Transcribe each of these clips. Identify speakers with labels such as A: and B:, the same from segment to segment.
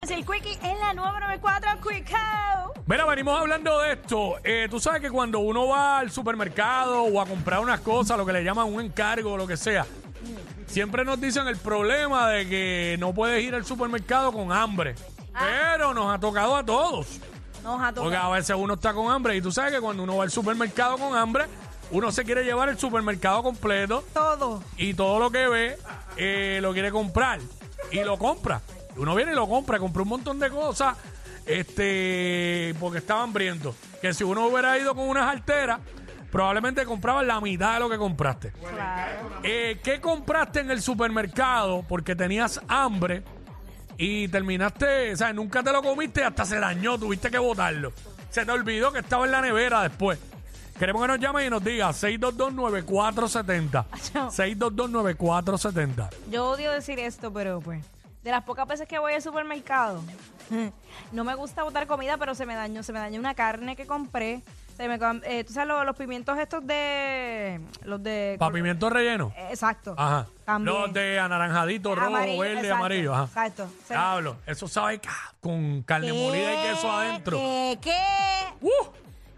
A: Es el Quickie en la nueva 94 Quicko.
B: Mira, venimos hablando de esto. Eh, tú sabes que cuando uno va al supermercado o a comprar unas cosas, lo que le llaman un encargo o lo que sea, siempre nos dicen el problema de que no puedes ir al supermercado con hambre. Pero nos ha tocado a todos.
A: Nos ha
B: Porque
A: tocado.
B: a veces uno está con hambre y tú sabes que cuando uno va al supermercado con hambre, uno se quiere llevar el supermercado completo
A: Todo.
B: y todo lo que ve eh, lo quiere comprar y lo compra. Uno viene y lo compra, compra un montón de cosas este porque estaba hambriento. Que si uno hubiera ido con unas alteras, probablemente comprabas la mitad de lo que compraste. Eh, ¿Qué compraste en el supermercado porque tenías hambre y terminaste, o sea, nunca te lo comiste hasta se dañó, tuviste que botarlo? Se te olvidó que estaba en la nevera después. Queremos que nos llames y nos digas 6229470. 6229470.
A: Yo odio decir esto, pero pues. De las pocas veces que voy al supermercado, no me gusta botar comida, pero se me dañó. Se me dañó una carne que compré. Se me, cam- eh, tú sabes, lo- los, pimientos estos de. Los de.
B: Para pimiento relleno.
A: Eh, Exacto.
B: Ajá.
A: También.
B: Los de anaranjadito, rojo,
A: Amarillo,
B: verde,
A: exacto,
B: amarillo. Ajá.
A: exacto. Se-
B: Diablo, eso sabe ca- con carne molida y queso adentro.
A: ¿Qué? ¿Qué?
B: ¡Uh!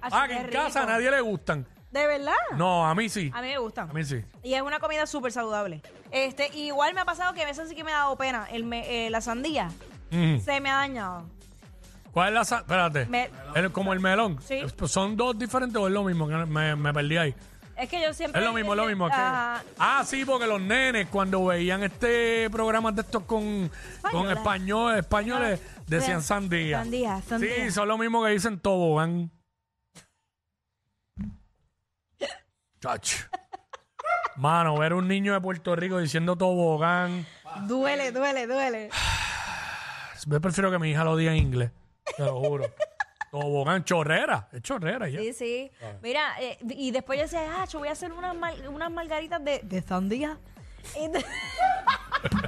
A: Así
B: Ah,
A: que
B: que en
A: rico.
B: casa a nadie le gustan.
A: ¿De verdad?
B: No, a mí sí.
A: A mí me gusta.
B: A mí sí.
A: Y es una comida súper saludable. Este, y igual me ha pasado que a veces sí que me ha dado pena. El me- eh, la sandía
B: Mm.
A: se me ha dañado.
B: ¿Cuál es la sal? Espérate.
A: Me-
B: El- como el melón.
A: Sí.
B: Eh, ¿Son dos diferentes o es lo mismo? Que Me, me perdí ahí.
A: Es que yo siempre.
B: Es lo mismo, es lo mismo. aquello.
A: Ajá.
B: Ah, sí, porque los nenes cuando veían este programa de estos con, con español, españoles decían
A: Sí.
B: sandía.
A: Sandía, sandía.
B: Sí, son lo mismo que dicen tobogán. Chacho. Mano, ver un niño de Puerto Rico diciendo tobogán.
A: Duele, duele, duele.
B: Yo prefiero que mi hija lo diga en inglés, te lo juro. tobogán, chorrera. Es chorrera ya.
A: Sí, sí.
B: Ah.
A: Mira, eh, y después yo decía, ah, yo voy a hacer unas, mal- unas margaritas de, de sandía. Y de-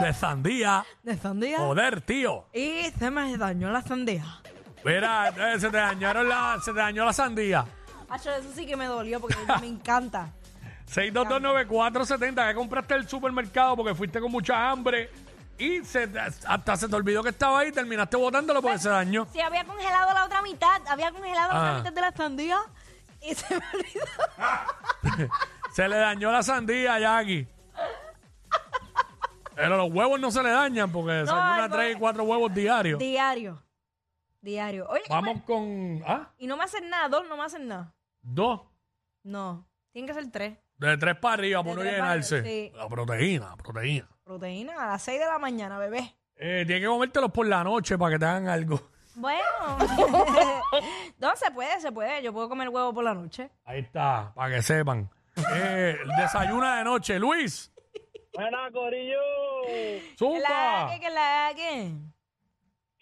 B: De sandía.
A: ¿De sandía?
B: Joder, tío.
A: Y se me dañó la sandía.
B: Mira, eh, se te dañaron la, se te dañó la sandía.
A: Acho, eso sí que me dolió porque me encanta.
B: 6229470, que compraste el supermercado porque fuiste con mucha hambre y se te- hasta se te olvidó que estaba ahí, terminaste botándolo porque se dañó.
A: Sí, había congelado la otra mitad. Había congelado la
B: Ah.
A: otra mitad de la sandía. Y se me olvidó.
B: Se le dañó la sandía a Jackie. Pero los huevos no se le dañan porque se una
A: algo
B: tres y
A: es-
B: cuatro huevos diarios.
A: Diario. Diario. Oye, y
B: Vamos con. ¿Ah?
A: me- y no me hacen nada, dos no me hacen nada.
B: Dos.
A: No. Tienen que ser tres.
B: De tres para arriba, por no
A: tres para arriba,
B: llenarse.
A: sí.
B: La proteína, la proteína.
A: Proteína a las seis de la mañana, bebé.
B: Eh, tienes que comértelos por la noche para que te hagan algo.
A: Bueno. no, se puede, se puede. Yo puedo comer huevo por la noche.
B: Ahí está, para que sepan. Eh, desayuna de noche, Luis.
C: Buena, Corillo.
A: Que la haga,
B: Zumba.
A: que la haga.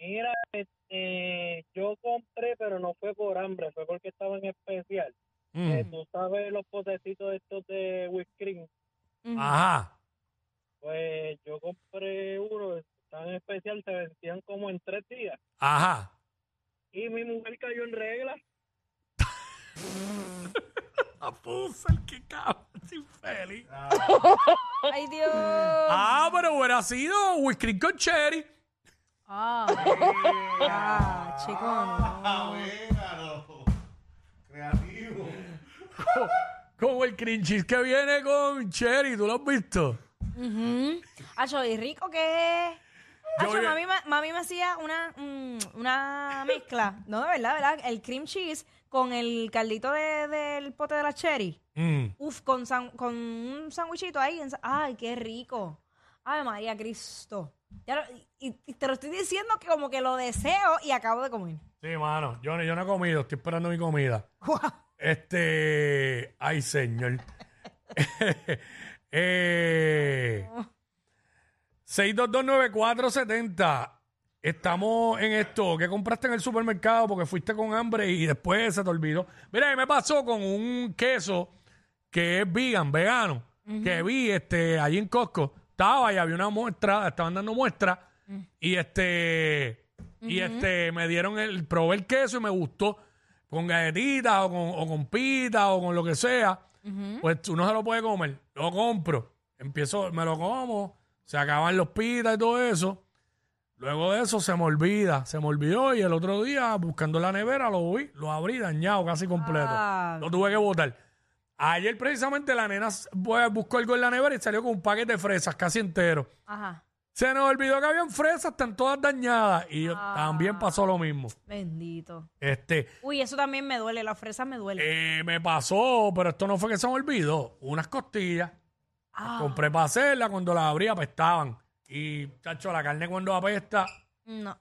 C: Mira, este, yo compré, pero no fue por hambre, fue porque estaba en especial. Eh,
B: Mm.
C: Tú sabes los potecitos estos de whisky.
A: Ujú.
B: Ajá.
C: Pues yo compré uno, estaba en especial, se vencían como en tres días.
B: Ajá.
C: Y mi mujer cayó en regla.
B: La puso el que cabrón, infeliz.
A: Ay, Dios.
B: Ah, pero hubiera sido whisky con cherry.
A: Ah. Ah, chico, no.
B: Como el cream cheese que viene con cherry, ¿tú lo has visto?
A: Ujú. Mm. Acho, y rico que es.
B: Yo
A: Acho,
B: vi-
A: mami, ma- mami me hacía una, mm, una mezcla. No, de verdad, de verdad. El cream cheese con el caldito de- del pote de la cherry.
B: Mm.
A: Uf, con, san- con un sandwichito ahí. en sa- Ay, qué rico. Ay, María Cristo. Ya lo- y, y te lo estoy diciendo que como que lo deseo y acabo de comer.
B: Sí, mano. Yo, no- yo no he comido, estoy esperando mi comida. Este. Ay, señor. eh, 6229470. Estamos en esto, que compraste en el supermercado porque fuiste con hambre y después se te olvidó. Mira, y me pasó con un queso que es vegan, vegano, que vi este allí en Costco. Estaba y había una muestra, estaban dando muestras y este y este me dieron el probé el queso y me gustó con galletitas o con, o con pita o con lo que sea. Pues uno se lo puede comer, lo compro, empiezo, me lo como, se acaban los pitas y todo eso. Luego de eso se me olvida, se me olvidó y el otro día buscando la nevera lo vi, lo abrí dañado casi completo.
A: Ah.
B: Lo tuve que botar. Ayer precisamente la nena s- bu- buscó algo en la nevera y salió con un paquete de fresas casi entero.
A: Ajá.
B: Se nos olvidó que habían fresas, están todas dañadas y yo- también pasó lo mismo.
A: Bendito.
B: Este,
A: Uy, eso también me duele. La fresa me duele.
B: eh, me pasó, pero esto no fue que se me olvidó, unas costillas.
A: Ah,
B: Las Compré para hacerlas, cuando las abrí apestaban. Y, chacho, la carne cuando apesta,
A: No.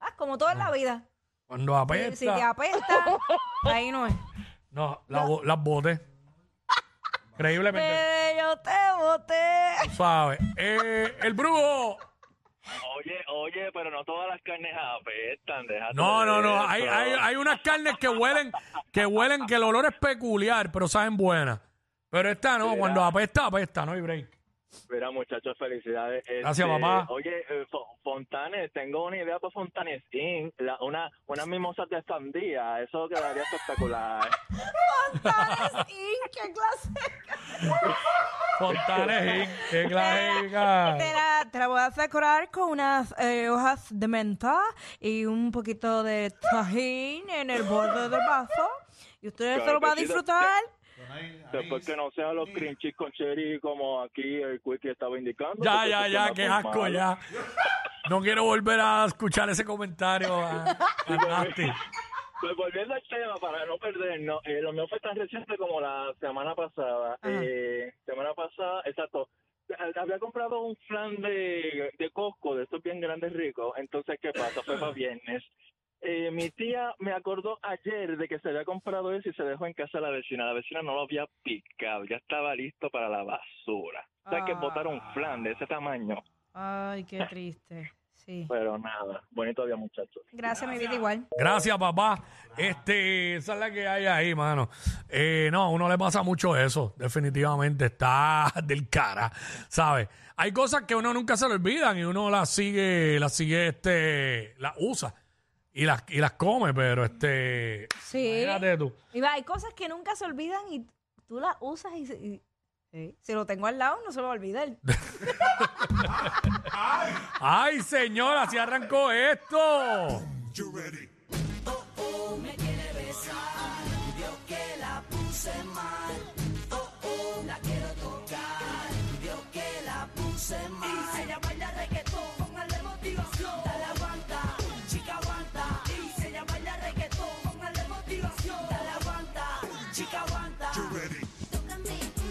A: Ah, como todo en la vida.
B: cuando apesta...
A: Si te apesta, ahí no es.
B: No, la bo- las boté. Increíblemente.
A: Bebé, yo te boté.
B: ¿Sabes? Eh, el brujo.
D: Oye, oye, pero no todas las carnes apestan, déjate.
B: No,
D: de
B: no, no.
D: eso.
B: Hay, hay, hay unas carnes que huelen, que huelen, que el olor es peculiar, pero saben buenas. Pero esta no, cuando apesta, apesta, no hay break.
D: Mira, muchachos, felicidades. Este,
B: Gracias, papá.
D: Oye, eh, Fo- Fontanes, tengo una idea para Fontanes Inc. La- una, unas mimosas de sandía, eso quedaría espectacular.
A: Fontanes Inc, ¿Qué clase?
B: Fontanes, Inc, qué clásica.
A: Te la, te la voy a decorar con unas eh, hojas de menta y un poquito de tajín en el borde del vaso. Y ustedes
D: Claro
A: se lo
D: que
A: van a
D: sí,
A: disfrutar.
D: Después que no sean los cream cheese con cherry como aquí el Quickie estaba indicando.
B: Ya,
D: porque
B: ya,
D: eso
B: ya,
D: suena
B: qué
D: muy
B: asco,
D: malo.
B: ya. No quiero volver a escuchar ese comentario a, a Nasty.
D: Pues volviendo al tema, para no perdernos, eh, lo mío fue tan reciente como la semana pasada. Eh, semana pasada, exacto. Ha- Había comprado un flan de, de Costco, de estos bien grandes ricos. Entonces, ¿qué pasa? Fue para viernes. Eh, mi tía me acordó ayer de que se había comprado eso y se dejó en casa de la vecina. La vecina no lo había picado, ya estaba listo para la basura. O sea, que
A: Ah.
D: botar un flan de ese tamaño.
A: Ay, qué triste. Sí.
D: Pero nada, bonito día, muchachos.
A: Gracias, mi vida igual.
B: Gracias, papá. Este, esa es la que hay ahí, mano. Eh, no, a uno le pasa mucho eso, definitivamente. Está del cara, ¿sabes? Hay cosas que uno nunca se le olvidan y uno las sigue, las sigue, este, las usa y las, y las come, pero este.
A: Sí.
B: Imagínate tú.
A: Y va, hay cosas que nunca se olvidan y tú las usas y... se- y- sí. Si lo tengo al lado, no se me va a olvidar.
B: ¡Ay, señora! Así arrancó esto.
E: Tócame,